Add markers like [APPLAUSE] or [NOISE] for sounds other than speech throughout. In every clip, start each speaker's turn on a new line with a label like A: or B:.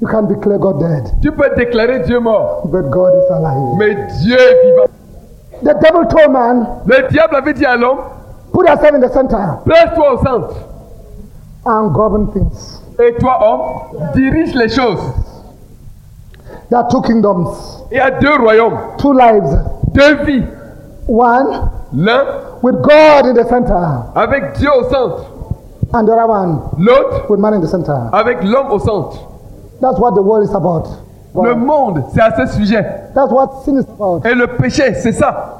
A: You can declare God dead,
B: Tu peux déclarer Dieu mort,
A: but God is alive.
B: mais Dieu est vivant.
A: The devil told man,
B: Le diable avait dit à l'homme,
A: put yourself in the center
B: place-toi au centre,
A: and govern things.
B: et toi, homme, dirige les choses.
A: There are two kingdoms,
B: Il y a deux royaumes,
A: two lives.
B: deux vies.
A: One
B: L'un
A: with God in the center,
B: avec Dieu au centre,
A: and the other one
B: l'autre
A: with man in the center.
B: avec l'homme au centre.
A: That's what the world is about.
B: Le
A: God.
B: monde, c'est à ce sujet.
A: That's what sin is about.
B: Et le péché, c'est ça.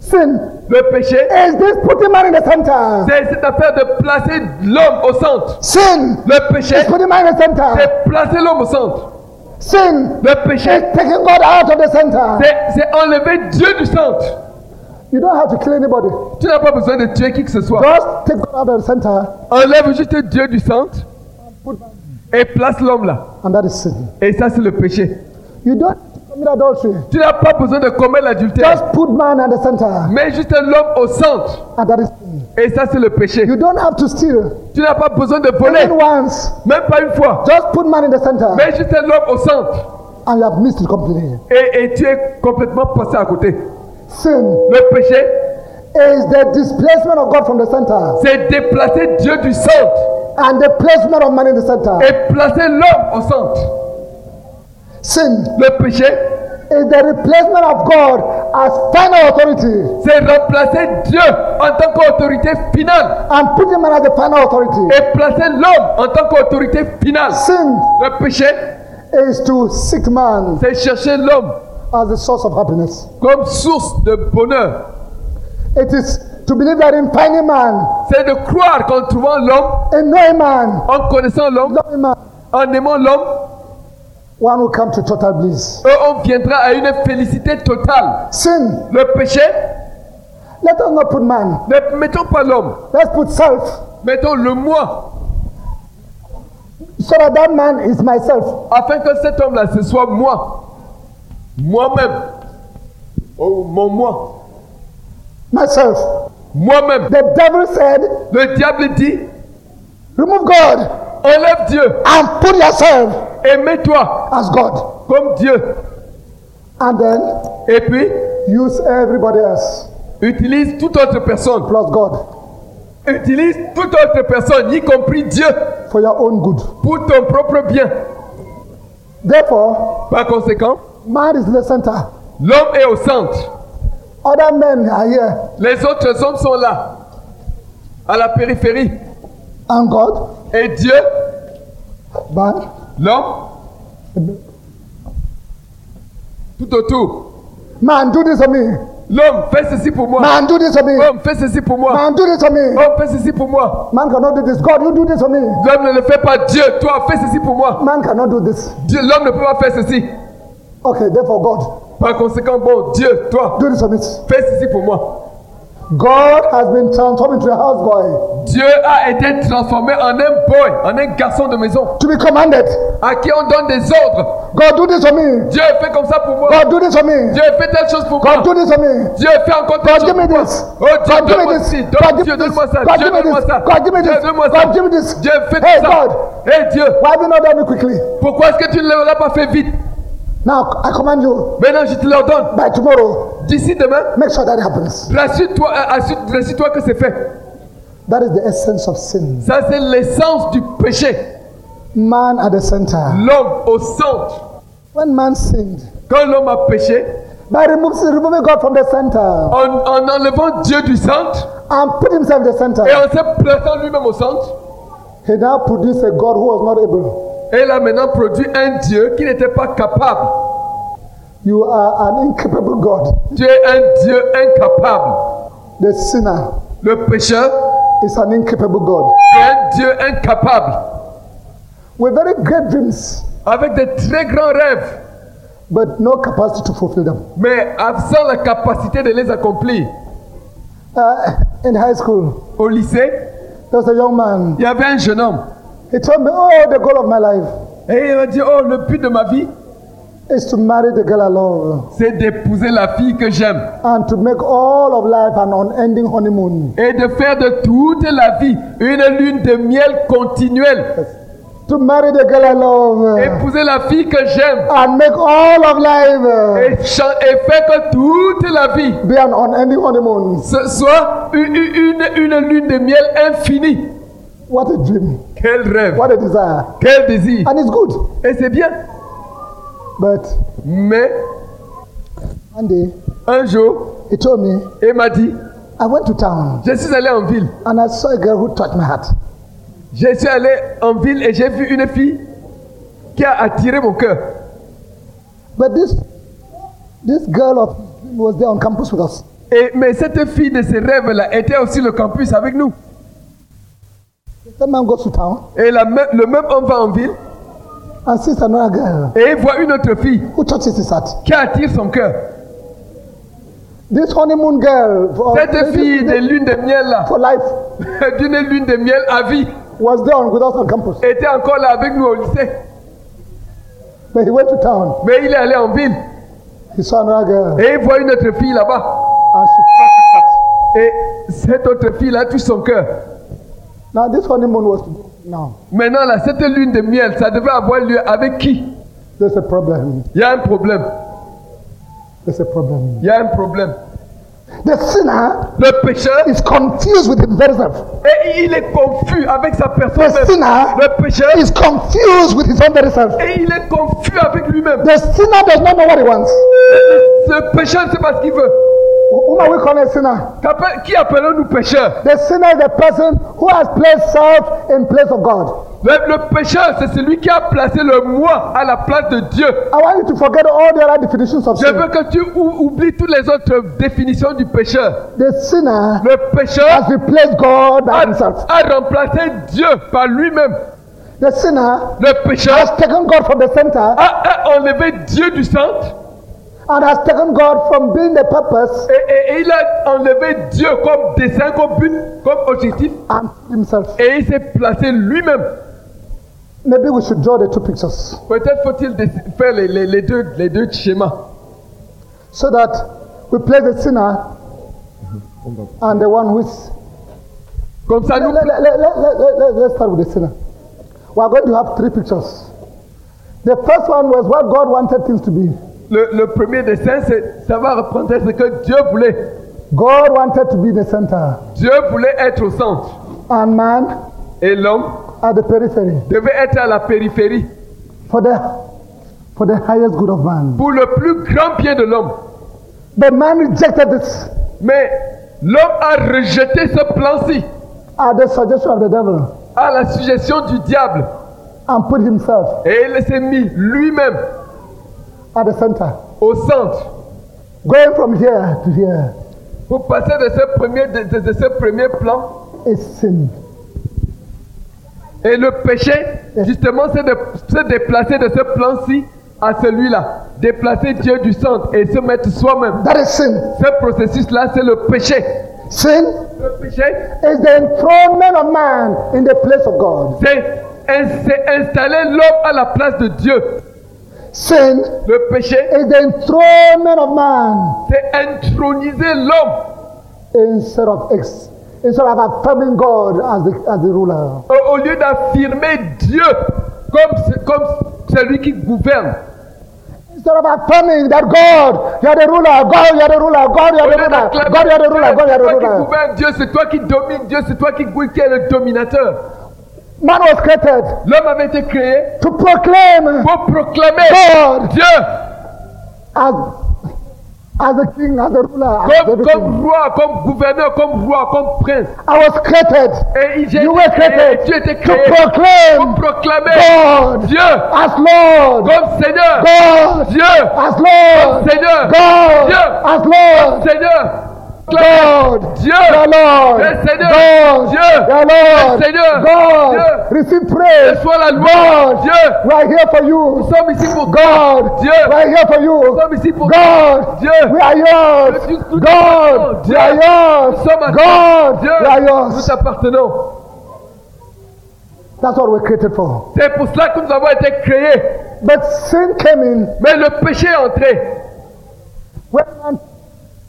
A: Sin
B: Le péché,
A: is this putting man in the center.
B: c'est cette affaire de placer l'homme au centre.
A: Sin
B: Le péché,
A: is putting man in the center.
B: c'est placer l'homme au centre.
A: Sin
B: Le
A: is
B: péché,
A: taking God out of the center.
B: c'est c'est enlever Dieu du centre.
A: You don't have to kill anybody.
B: Tu n'as pas besoin de tuer qui que ce soit.
A: Just take God out of the center,
B: Enlève juste Dieu du centre et place l'homme là.
A: and that is sin.
B: Et ça, c'est le péché.
A: You don't have to commit adultery.
B: Tu n'as pas besoin de commettre l'adultère.
A: Just put man at the center,
B: Mets juste l'homme au centre.
A: and that is sin.
B: Et ça, c'est le péché.
A: You don't have to steal.
B: Tu n'as pas besoin de voler,
A: Even once,
B: même pas une fois.
A: just put man in the center,
B: Mets juste l'homme au centre.
A: and you have missed it completely.
B: Et, et tu es complètement passé à côté.
A: Sin
B: Le péché,
A: is the displacement of God from the center
B: c'est déplacer Dieu du centre
A: and the placement of man in the center.
B: et placer l'homme au centre.
A: Sin
B: Le péché,
A: is the replacement of God as final authority
B: c'est remplacer Dieu en tant qu'autorité finale
A: and putting man as the final authority.
B: et placer l'homme en tant qu'autorité finale.
A: Sin
B: Le péché,
A: is to seek man
B: c'est chercher l'homme
A: as the source of happiness.
B: comme source de bonheur.
A: It is to believe that in finding man,
B: C'est de croire qu'en trouvant l'homme,
A: in knowing man,
B: en connaissant l'homme,
A: loving man,
B: en aimant l'homme,
A: one will come to total bliss.
B: euh, on viendra à une félicité totale.
A: Sin,
B: Le péché,
A: let us not put man,
B: ne mettons pas l'homme,
A: let's put self,
B: mettons le moi,
A: so that that man is myself.
B: afin que cet homme-là, ce soit moi, moi-même, oh, mon moi,
A: Myself.
B: moi-même.
A: The devil said,
B: Le diable dit,
A: remove God
B: enlève Dieu
A: and put yourself
B: et mets-toi
A: as God.
B: comme Dieu.
A: And then
B: Et puis,
A: use everybody else
B: utilise toute autre personne.
A: plus God
B: Utilise toute autre personne, y compris Dieu,
A: for your own good.
B: pour ton propre bien.
A: Therefore,
B: Par conséquent,
A: man is in the center.
B: l'homme est au centre.
A: Other men are here
B: Les autres hommes sont là, à la périphérie.
A: and God,
B: Et Dieu,
A: man,
B: l'homme, tout autour.
A: man, do this for me.
B: L'homme, fais ceci pour moi.
A: Man, do this for me.
B: Homme, fais ceci pour moi.
A: Man, do this for me.
B: Homme, fais ceci pour moi.
A: Man cannot do this. God, you do this for me.
B: L'homme ne le fait pas. Dieu, toi, fais ceci pour moi.
A: Man cannot do this.
B: Dieu, l'homme ne peut pas faire ceci.
A: Okay, therefore, God,
B: Par conséquent, bon, Dieu, toi,
A: do this for me.
B: fais ceci pour moi.
A: God has been transformed into a houseboy
B: Dieu a été transformé en un boy, en un garçon de maison,
A: to be commanded.
B: à qui on donne des ordres.
A: God, do this for me.
B: Dieu, fais comme ça pour moi.
A: God, do this for me.
B: Dieu, fais telle chose pour
A: God,
B: moi.
A: do this for me.
B: Dieu, fais encore telle
A: God,
B: chose
A: give me
B: pour moi.
A: this.
B: Oh, Dieu,
A: God, give me
B: donne-moi
A: this.
B: ci.
A: God,
B: Donne-
A: give
B: Dieu,
A: me this.
B: donne-moi ça.
A: God,
B: Dieu,
A: give me
B: donne-moi
A: this.
B: ça.
A: God, give me
B: Dieu,
A: this.
B: donne-moi ça.
A: God, give me this.
B: Dieu, fais
A: Hey,
B: tout ça.
A: God,
B: Hey, Dieu,
A: why have you not done it quickly?
B: pourquoi est-ce que tu ne l'as pas fait vite
A: Now, I command you,
B: Maintenant, je te l'ordonne.
A: by tomorrow,
B: D'ici demain,
A: make sure that it happens.
B: rassure-toi euh, assure- rassure-toi que c'est fait.
A: That is the essence of sin.
B: Ça, c'est l'essence du péché.
A: Man at the center.
B: L'homme au centre.
A: When man sinned,
B: Quand l'homme a péché,
A: by removing removing God from the center
B: en, en enlevant Dieu du centre
A: and put himself in the
B: et
A: center,
B: en se plaçant lui-même au centre,
A: he now produced a God who was not able.
B: elle a maintenant produit un Dieu qui n'était pas capable.
A: You are an incapable God.
B: Tu es un Dieu incapable.
A: The sinner
B: Le pécheur
A: is an incapable God.
B: est un Dieu incapable.
A: With very great dreams,
B: Avec de très grands rêves,
A: but no capacity to fulfill them.
B: mais absent la capacité de les accomplir.
A: Uh, in high school,
B: Au lycée,
A: there was a young man.
B: il y avait un jeune homme.
A: He told me, Oh, the goal of my life
B: Et il m'a dit, oh, le but de ma vie,
A: is to marry the girl I love
B: c'est d'épouser la fille que j'aime.
A: and to make all of life an unending honeymoon.
B: et de faire de toute la vie une lune de miel continuelle.
A: to marry the girl I love uh,
B: épouser la fille que j'aime
A: and make all of life uh,
B: et, cha- et faire que toute la vie
A: be an unending honeymoon.
B: ce soit une, une, une lune de miel infinie.
A: What a dream.
B: Quel rêve,
A: What a desire.
B: quel désir.
A: And it's good.
B: Et c'est bien.
A: But
B: Mais
A: one day,
B: un jour,
A: he told me,
B: elle m'a dit,
A: I went to town
B: je suis allé en ville.
A: and I saw a girl who touched my heart.
B: Je suis allé en ville et j'ai vu une fille qui a attiré mon cœur.
A: But this this girl of his dream was there on campus with us.
B: Et, mais cette fille de ses rêves-là était aussi le campus avec nous.
A: The man goes to town
B: Et la même- le même homme va en ville
A: and sees another girl
B: et il voit une autre fille
A: who touches his heart.
B: qui attire son cœur.
A: This honeymoon girl for,
B: Cette fille de lune de miel là, [LAUGHS]
A: for life
B: d'une lune de miel à vie,
A: was there on, with us on campus.
B: était encore là avec nous au lycée.
A: But he went to town.
B: Mais il est allé en ville
A: He saw another girl
B: et il voit une autre fille là-bas.
A: and she touched his heart.
B: Et cette autre fille là touche son cœur.
A: Now this honeymoon was now.
B: Maintenant là, cette lune de miel, ça devait avoir lieu avec qui
A: There's a problem.
B: Il y a un problème.
A: There's a problem.
B: Il y a un problème.
A: The sinner
B: Le pécheur
A: is confused with himself.
B: Et il est confus avec sa personne.
A: Le
B: même.
A: sinner
B: Le pécheur.
A: Is confused with his own very self.
B: Et il est confus avec lui-même.
A: The sinner does not know what he wants.
B: Ce pécheur ne sait pas ce qu'il veut.
A: Whom are we calling a sinner?
B: Qu'appelle- Qui appelons-nous pécheur
A: The sinner is the person who has placed self in place of God.
B: le, le pécheur, c'est celui qui a placé le moi à la place de Dieu.
A: I want you to forget all the other definitions of
B: Je veux
A: sin.
B: que tu ou- oublies toutes les autres définitions du pécheur.
A: The sinner
B: Le pécheur
A: has replaced God by
B: a,
A: himself.
B: a remplacé Dieu par lui-même.
A: The sinner
B: Le
A: has
B: pécheur
A: taken God from the center
B: a, a enlevé Dieu du centre
A: and has taken God from being the purpose
B: et, et- et il a enlevé Dieu comme dessein, comme but, comme objectif.
A: and himself.
B: Et il s'est placé lui-même.
A: Maybe we should draw the two pictures
B: Peut-être faut-il déc- faire les, les- les deux, les deux schémas.
A: so that we place the sinner and the one who is.
B: Comme ça, nous,
A: Let, let, let, let, let, let, let's start with the sinner. We are going to have three pictures. The first one was what God wanted things to be.
B: le, le premier dessin, c'est ça va représenter ce que Dieu voulait.
A: God wanted to be the center,
B: Dieu voulait être au centre
A: and man
B: et l'homme
A: at the periphery
B: devait être à la périphérie
A: for the for the highest good of man.
B: pour le plus grand bien de l'homme.
A: But man rejected this
B: Mais l'homme a rejeté ce plan-ci
A: at uh, the suggestion of the devil
B: à la suggestion du diable
A: and put himself
B: et il s'est mis lui-même
A: at the center,
B: au centre
A: going from here to here
B: pour passer de ce premier, de- de- de ce premier plan.
A: is sin.
B: Et le péché, justement, c'est de se déplacer de ce plan-ci à celui-là. Déplacer Dieu du centre et se mettre soi-même.
A: That is sin.
B: Ce processus-là, c'est le péché.
A: Sin
B: Le péché,
A: is the enthronement of man in the place of God.
B: c'est in- c'est installer l'homme à la place de Dieu.
A: Sin
B: Le péché,
A: is the enthronement of man
B: c'est introniser l'homme
A: instead of ex, instead of affirming God as the as the ruler.
B: au, au lieu d'affirmer Dieu comme, ce- comme celui qui gouverne.
A: Instead of affirming that God, you are the ruler, God, you are the ruler, God, you are
B: Au
A: the
B: lieu
A: ruler,
B: d'acclamer
A: God, you are the ruler, God, you
B: Dieu,
A: are
B: c'est
A: the
B: toi qui
A: ruler.
B: gouverne Dieu, c'est toi qui domine Dieu, c'est toi qui, gou- qui est le dominateur.
A: Man was created
B: L'homme avait été créé
A: to proclaim
B: pour proclamer
A: God
B: Dieu
A: as, as the king, as the ruler, as
B: comme,
A: everything.
B: comme roi, comme gouverneur, comme roi, comme prince.
A: I was created
B: Et il- j'ai
A: You
B: été
A: were
B: créé,
A: created
B: et tu étais
A: to
B: créé pour
A: proclaim
B: proclamer
A: God
B: Dieu
A: as Lord,
B: comme Seigneur,
A: God
B: Dieu
A: as Lord,
B: Seigneur,
A: God
B: Dieu
A: as Lord,
B: Seigneur, Proclamer
A: God,
B: Dieu,
A: your Lord,
B: le Seigneur,
A: God,
B: Dieu,
A: your Lord,
B: le Seigneur,
A: God, receive praise.
B: que soit la loi, Dieu.
A: We are here for you.
B: Nous sommes ici pour
A: God,
B: Dieu.
A: we are here for you.
B: Nous sommes ici pour
A: God,
B: Dieu.
A: we are
B: Nous
A: yours.
B: sommes- nous
A: God,
B: sommes-
A: we are
B: Nous
A: yours.
B: sommes à
A: God,
B: Dieu.
A: we are
B: Nous
A: yours.
B: t'appartenons.
A: That's what we're created for.
B: C'est pour cela que nous avons été créés.
A: But sin came in
B: Mais le péché est entré.
A: when man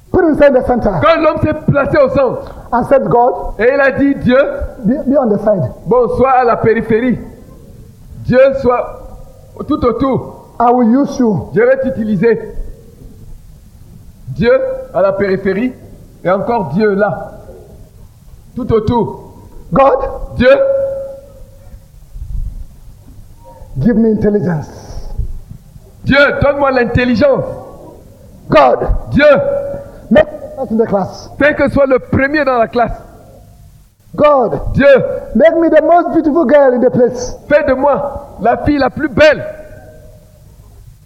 A: put himself in the center
B: Quand l'homme s'est placé au centre
A: and said, God,
B: et il a dit Dieu,
A: be, be on the side.
B: bonsoir à la périphérie. Dieu soit tout autour.
A: I will use you.
B: Dieu va t'utiliser. Dieu à la périphérie et encore Dieu là. Tout autour.
A: God,
B: Dieu,
A: give me intelligence.
B: Dieu, donne-moi l'intelligence.
A: God,
B: Dieu,
A: make me first in the class.
B: fais que je sois le premier dans la classe.
A: God,
B: Dieu,
A: make me the most beautiful girl in the place.
B: fais de moi la fille la plus belle.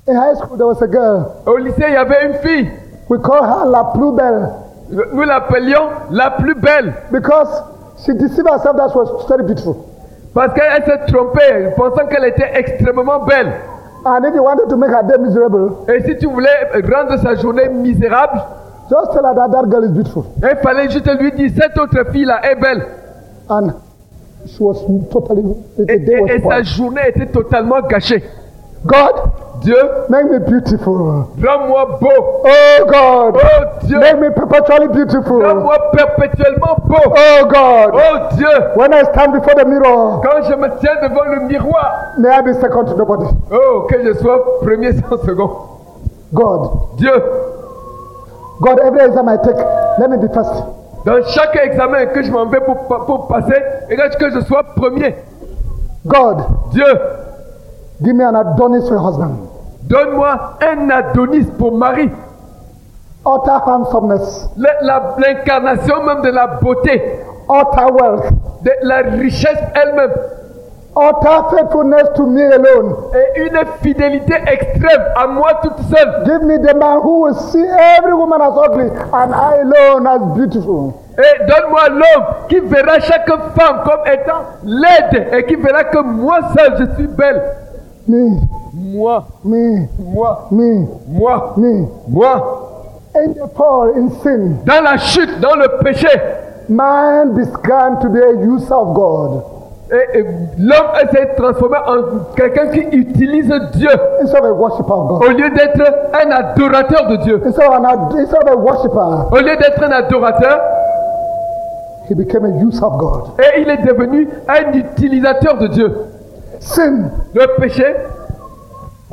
A: In high school, there was a girl.
B: Au lycée, il y avait une fille.
A: We call her La Blue Belle
B: Nous l'appelions la plus belle.
A: because she deceived herself that she was very beautiful.
B: Parce qu'elle s'est trompée, pensant qu'elle était extrêmement belle.
A: And if you wanted to make her day miserable,
B: Et si tu voulais rendre sa journée misérable,
A: just tell her that that girl is beautiful.
B: il fallait juste lui dire cette autre fille-là est belle.
A: And she was totally, the
B: Et,
A: the day
B: et-
A: was
B: et sa
A: spoiled.
B: journée était totalement gâchée.
A: God,
B: Dieu,
A: make me beautiful.
B: rends-moi beau.
A: Oh God,
B: Oh Dieu,
A: make me perpetually beautiful.
B: rends-moi perpétuellement beau.
A: Oh God,
B: Oh Dieu,
A: when I stand before the mirror,
B: quand je me tiens devant le miroir,
A: may I be second to nobody.
B: oh, que je sois premier sans second.
A: God,
B: Dieu,
A: God, every exam I take, let me be first.
B: dans chaque examen que je m'en vais pour, pa- pour passer, regarde que je sois premier.
A: God,
B: Dieu,
A: give me an Adonis for a husband.
B: donne-moi un Adonis pour mari.
A: Utter handsomeness,
B: Le- la- L'incarnation même de la beauté,
A: utter wealth,
B: de la richesse elle-même
A: utter faithfulness to me alone.
B: et une fidélité extrême à moi toute seule.
A: Give me the man who will see every woman as ugly and I alone as beautiful.
B: Et donne-moi l'homme qui verra chaque femme comme étant laide et qui verra que moi seul je suis belle.
A: Me,
B: Moi,
A: me,
B: moi,
A: me,
B: moi,
A: me.
B: moi.
A: In the fall, in sin,
B: Dans la chute, dans le péché,
A: man began to be a user of God
B: et, et l'homme s'est transformé en quelqu'un qui utilise Dieu
A: instead of a worshiper of God.
B: au lieu d'être un adorateur de Dieu.
A: Instead of, an, ad- instead of a worshiper,
B: Au lieu d'être un adorateur,
A: he became a user of God.
B: et il est devenu un utilisateur de Dieu.
A: Sin
B: Le péché,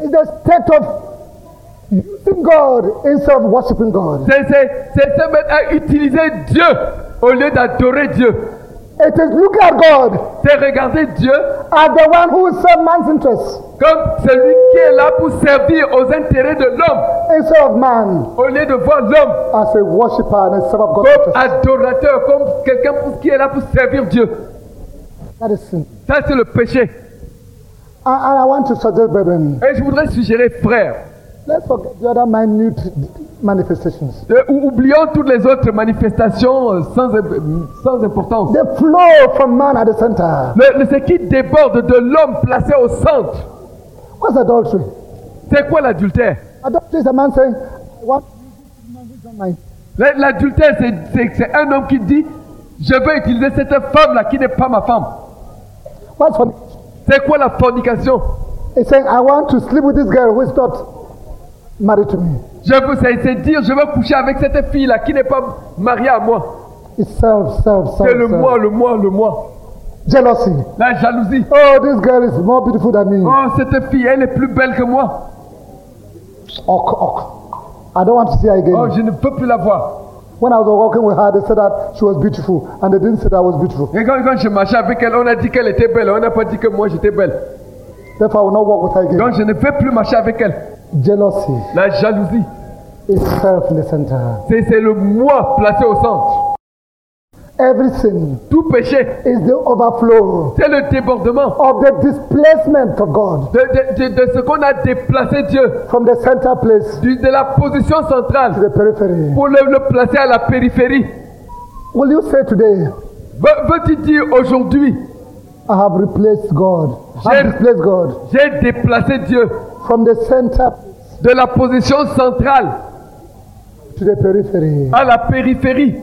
A: is the state of using God instead of worshiping God.
B: c'est c'est- c'est se mettre à utiliser Dieu au lieu d'adorer Dieu.
A: It is looking at God
B: C'est regarder Dieu
A: as the one who will serve man's interests
B: comme celui qui est là pour servir aux intérêts de l'homme,
A: instead of man
B: au lieu de voir l'homme
A: as a worshiper and a server of God's
B: comme
A: interests.
B: adorateur, comme quelqu'un pour- qui est là pour servir Dieu.
A: That is sin.
B: Ça, c'est le péché.
A: And, and I want to suggest, brethren,
B: Et je voudrais suggérer, frère,
A: let's forget the other minute manifestations.
B: de- Euh, ou- oublions toutes les autres manifestations euh, sans, im- sans importance.
A: They flow from man at the center.
B: Le, le- ce qui déborde de l'homme placé au centre,
A: What's adultery?
B: c'est quoi l'adultère
A: Adultery is a man saying, I want to use this woman who's not mine.
B: L- L'adultère, c'est- c'est c'est un homme qui dit, je veux utiliser cette femme-là qui n'est pas ma femme.
A: What's fornication?
B: C'est quoi la fornication
A: It's saying, I want to sleep with this girl who is not married to me.
B: Je veux, c'est c'est dire, je veux coucher avec cette fille-là qui n'est pas mariée à moi.
A: It's self, self, self.
B: C'est le
A: self.
B: moi, le moi, le moi.
A: Jealousy.
B: La jalousie.
A: Oh, this girl is more beautiful than me.
B: Oh, cette fille, elle est plus belle que moi.
A: Ok, ok. I don't want to see her again.
B: Oh, je ne peux plus la voir.
A: When I was walking with her, they said that she was beautiful, and they didn't say that I was beautiful.
B: Et quand, quand je marchais avec elle, on a dit qu'elle était belle. On n'a pas dit que moi j'étais belle.
A: Therefore, I will not walk with her again.
B: Donc je ne vais plus marcher avec elle.
A: Jealousy
B: La jalousie,
A: is self in the center.
B: c'est c'est le moi placé au centre.
A: Every sin
B: Tout péché,
A: is the overflow
B: c'est le débordement
A: of the displacement of God
B: de, de- de- de ce qu'on a déplacé Dieu
A: from the center place
B: du- de la position
A: to
B: centrale
A: the periphery.
B: pour le, le placer à la périphérie.
A: Will you say today,
B: Veux- Veux-tu dire aujourd'hui
A: I have replaced God? I have
B: Yes.
A: displaced God
B: J'ai déplacé Dieu
A: from the center
B: de la position centrale
A: to the periphery.
B: à la périphérie.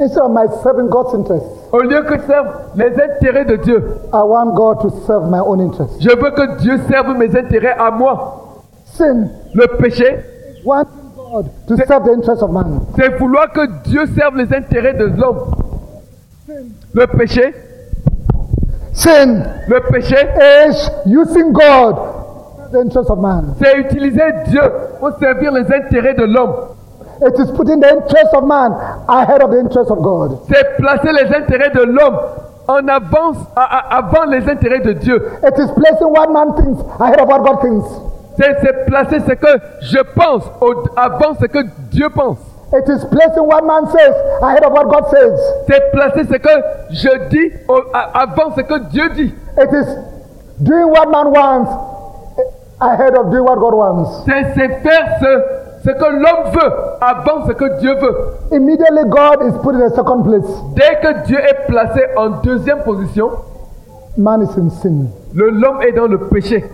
A: Instead of my serving God's interests,
B: Au lieu que servent les intérêts de Dieu,
A: I want God to serve my own interests.
B: je veux que Dieu serve mes intérêts à moi.
A: Sin,
B: Le péché,
A: wanting God to serve the interests of man.
B: c'est vouloir que Dieu serve les intérêts de l'homme. Le péché,
A: Sin
B: Le péché,
A: is using God, the interest of man.
B: c'est utiliser Dieu pour servir les intérêts de l'homme.
A: It is putting the interest of man ahead of the interest of God.
B: C'est placer les intérêts de l'homme en avance, a- a- avant les intérêts de Dieu.
A: It is placing what man thinks ahead of what God thinks.
B: C'est c'est placer ce que je pense au- avant ce que Dieu pense.
A: It is placing what man says ahead of what God says.
B: C'est placer ce que je dis au- a- avant ce que Dieu dit.
A: It is doing what man wants ahead of doing what God wants.
B: C'est c'est faire ce, ce que l'homme veut avant ce que Dieu veut.
A: Immediately, God is put in a second place.
B: Dès que Dieu est placé en deuxième position,
A: Man is in sin.
B: le l'homme est dans le péché.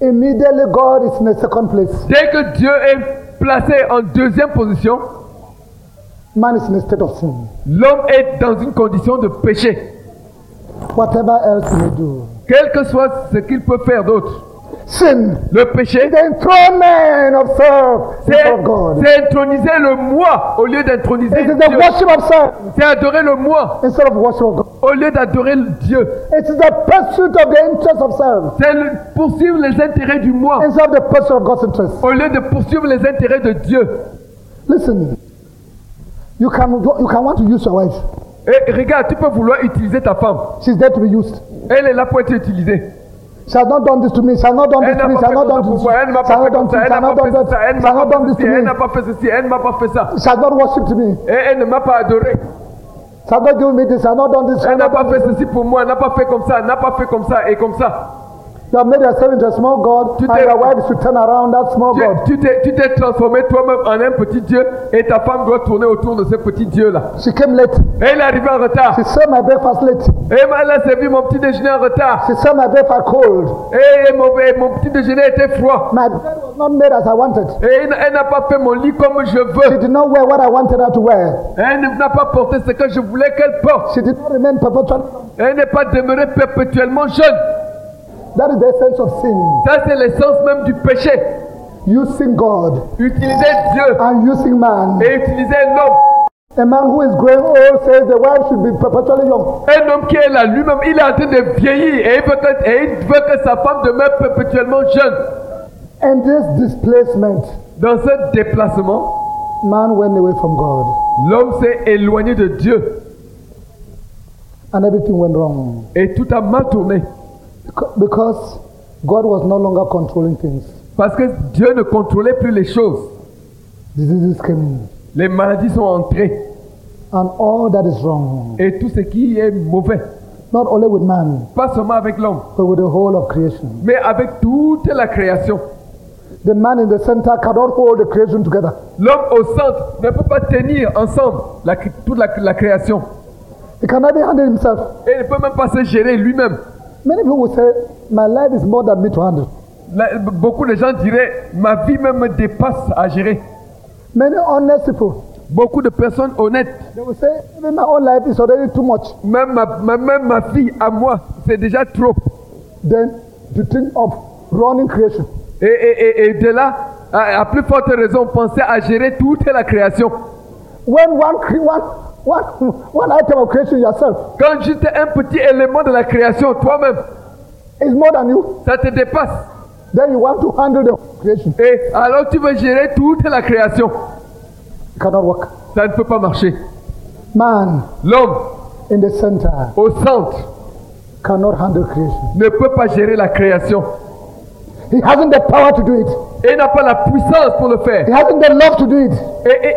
A: Immediately, God is in a second place.
B: Dès que Dieu est placé en deuxième position,
A: Man is in a state of sin.
B: l'homme est dans une condition de péché.
A: Whatever else you may do,
B: Quel que soit ce qu'il peut faire d'autre.
A: sin,
B: Le péché,
A: the enthronement of self
B: c'est
A: before God.
B: c'est introniser le moi au lieu d'introniser
A: It is
B: Dieu.
A: the worship of self
B: C'est adorer le moi
A: instead of worship of God.
B: au lieu d'adorer le Dieu.
A: It is the pursuit of the interest of self
B: C'est le- poursuivre les intérêts du moi
A: instead of the pursuit of God's interest.
B: au lieu de poursuivre les intérêts de Dieu.
A: Listen, you can you can want to use your wife.
B: Et regarde, tu peux vouloir utiliser ta femme.
A: She's there to be used.
B: Elle est là pour être utilisée.
A: She has not done this to me. She has not done this
B: Elle
A: to
B: n'a
A: me. She
B: pas
A: has
B: fait
A: not done
B: ça
A: this.
B: pour
A: She
B: moi, elle
A: has
B: ne m'a
A: not
B: pas fait
A: done
B: comme
A: this.
B: ça,
A: She
B: elle
A: has
B: n'a
A: not
B: pas
A: done
B: fait ça, elle
A: that.
B: ne
A: She has
B: m'a
A: not done
B: pas
A: this
B: fait
A: to
B: ça, elle
A: me.
B: n'a pas fait ceci, elle ne m'a pas fait ça.
A: She has not worshipped me.
B: Et elle ne m'a pas adoré.
A: She has not given me this. She has not done this. She
B: Elle
A: has
B: n'a
A: not
B: pas
A: done
B: fait
A: this.
B: ceci pour moi, elle n'a pas fait comme ça, elle n'a pas fait comme ça et comme ça.
A: You have made yourself into a small god,
B: Tu
A: and
B: t'es-
A: your wife should turn around that small
B: Tu-
A: god.
B: Tu t'es tu t'es transformé toi-même en un petit Dieu et ta femme doit tourner autour de ce petit Dieu-là.
A: She came late.
B: Elle est arrivée en retard.
A: She served my breakfast late.
B: Et elle a servi mon petit déjeuner en retard.
A: She served my breakfast cold.
B: Et mon, et mon petit déjeuner était froid.
A: My bed was not made as I wanted.
B: Et elle, elle n'a pas fait mon lit comme je
A: She
B: veux.
A: did not wear what I wanted her to wear.
B: Elle n'a pas porté ce que je voulais qu'elle porte.
A: She did not remain perpetually.
B: Elle n'est pas demeurée perpétuellement jeune.
A: That is the essence of sin.
B: Ça, c'est l'essence même du péché.
A: Using God
B: Utiliser Dieu
A: and using man.
B: et utiliser l'homme.
A: A man who is growing old says the wife should be perpetually young.
B: Un homme qui est là lui-même, il est en train de vieillir et il veut que, et il veut que sa femme demeure perpétuellement jeune.
A: And this displacement,
B: Dans ce déplacement,
A: man went away from God
B: l'homme s'est éloigné de Dieu
A: and everything went wrong
B: et tout a mal tourné
A: Beca- because God was no longer controlling things.
B: parce que Dieu ne contrôlait plus les choses.
A: Diseases came in
B: Les maladies sont entrées
A: and all that is wrong,
B: et tout ce qui est mauvais,
A: not only with man,
B: pas seulement avec l'homme,
A: but with the whole of creation.
B: mais avec toute la création.
A: The man in the center cannot hold the creation together.
B: L'homme au centre ne peut pas tenir ensemble la cré- toute la- la création.
A: He cannot be handle himself.
B: Et il ne peut même pas se gérer lui-même.
A: Many people will say, My life is more than me to handle.
B: La- Beaucoup de gens diraient, ma vie même me dépasse à gérer.
A: Many honest people,
B: Beaucoup de personnes honnêtes,
A: they will say, Even my own life is already too much.
B: même ma, ma- même ma vie à moi, c'est déjà trop.
A: Then to think of running creation.
B: Et, et- et- et de là, à, à plus forte raison, penser à gérer toute la création.
A: When one, cre- one, one, [LAUGHS] one item of creation yourself
B: Quand juste un petit élément de la création, toi-même,
A: is more than you,
B: ça te dépasse.
A: then you want to handle the whole creation.
B: Et alors tu veux gérer toute la création.
A: It cannot work.
B: Ça ne peut pas marcher.
A: Man
B: L'homme
A: in the center
B: au centre
A: cannot handle creation.
B: ne peut pas gérer la création.
A: He hasn't the power to do it.
B: Et n'a pas la puissance pour le faire.
A: He hasn't the love to do it.
B: Et, et-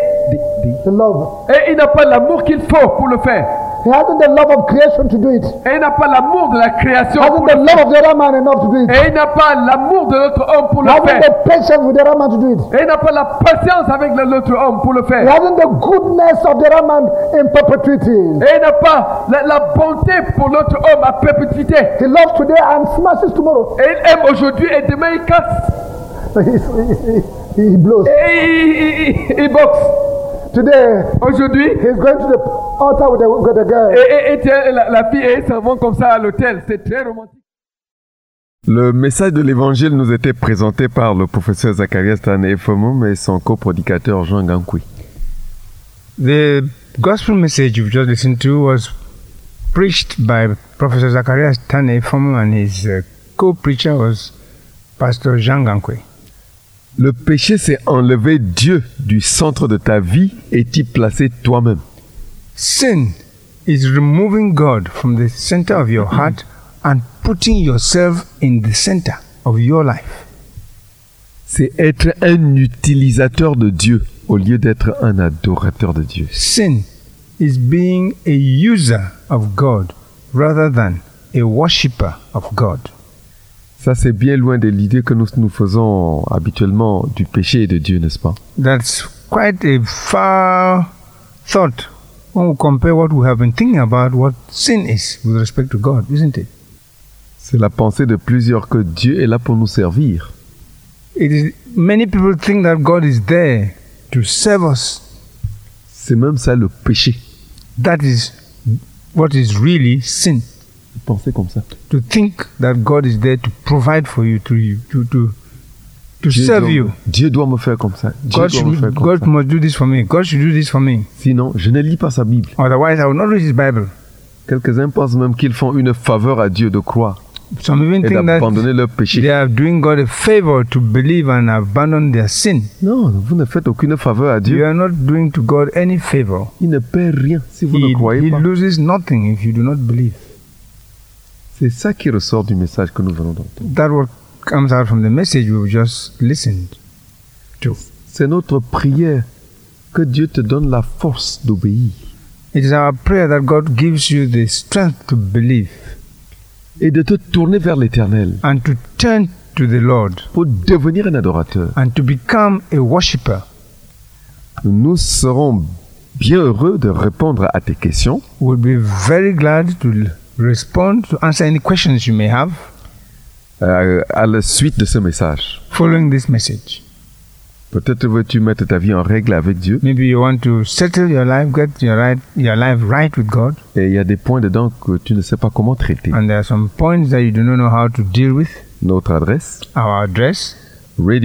A: The love.
B: Et il n'a pas l'amour qu'il faut pour le faire.
A: He hasn't the love of creation to do it.
B: Et il n'a pas l'amour de la
A: He
B: création
A: hasn't
B: pour
A: the
B: le faire.
A: love of the other man enough to do it.
B: Et il n'a pas l'amour de l'autre homme pour
A: He
B: le
A: hasn't
B: faire.
A: the patience with the other man to do it.
B: Et il n'a pas la patience avec l'autre homme pour le
A: He
B: faire.
A: hasn't the goodness of the other man in perpetuity.
B: Et il n'a pas la, la bonté pour l'autre homme à perpétuité.
A: He loves today and smashes tomorrow.
B: Et il aime aujourd'hui et demain il casse.
A: He- he- he blows.
B: Et il, il- il- il boxe.
A: Today,
B: Aujourd'hui, et,
A: He's going to the altar with the, with the girl.
B: et- et tiens, la, la fille et ils s'en vont comme ça à l'hôtel. C'est très romantique.
C: Le message de l'évangile nous était présenté par le professeur Zacharias Tanefomoum et son coprodicateur Jean Gankoui.
D: The gospel message you've just listened to was preached by Professor Zacharias Tane Fomu and his uh, co-preacher was Pastor Jean Gankwe.
C: Le péché, c'est enlever Dieu du centre de ta vie et t'y placer toi-même.
D: Sin is removing God from the center of your heart and putting yourself in the center of your life.
C: C'est être un utilisateur de Dieu au lieu d'être un adorateur de Dieu.
D: Sin is being a user of God rather than a worshipper of God.
C: Ça, c'est bien loin de l'idée que nous nous faisons habituellement du péché et de Dieu, n'est-ce pas
D: That's quite a far thought when we compare what we have been thinking about what sin is with respect to God, isn't it?
C: C'est la pensée de plusieurs que Dieu est là pour nous servir.
D: It is many people think that God is there to serve us.
C: C'est même ça le péché,
D: That is what is really sin.
C: de penser comme ça.
D: To think that God is there to provide for you, to you, to to to
C: Dieu
D: serve
C: doit,
D: you.
C: Dieu doit me faire comme ça. Dieu
D: God
C: doit
D: should,
C: me faire comme
D: God
C: ça.
D: must do this for me. God should do this for me.
C: Sinon, je ne lis pas sa Bible.
D: Otherwise, I will not read His Bible.
C: Quelques-uns pensent même qu'ils font une faveur à Dieu de croire
D: Some even
C: et
D: think that
C: d'abandonner leur
D: they
C: péché.
D: are doing God a favor to believe and abandon their sin.
C: Non, vous ne faites aucune faveur à
D: You
C: Dieu.
D: are not doing to God any favor.
C: Il ne paie rien si vous
D: He,
C: ne croyez
D: he
C: pas.
D: loses nothing if you do not believe.
C: C'est ça qui ressort du message que nous venons d'entendre.
D: That what comes out from the message we've just listened to.
C: C'est notre prière que Dieu te donne la force d'obéir
D: It is our prayer that God gives you the strength to believe
C: et de te tourner vers l'Éternel
D: and to turn to the Lord
C: pour devenir un adorateur.
D: and to become a worshipper.
C: Nous serons bien heureux de répondre à tes questions.
D: We'll be very glad to l- respond to answer any questions you may have
C: euh, à la suite de ce message.
D: following this message.
C: Peut-être veux-tu mettre ta vie en règle avec Dieu
D: Maybe you want to settle your life, get your right your life right with God,
C: et il y a des points dedans que tu ne sais pas comment traiter.
D: and there are some points that you do not know how to deal with.
C: Notre adresse,
D: Our address
C: Radio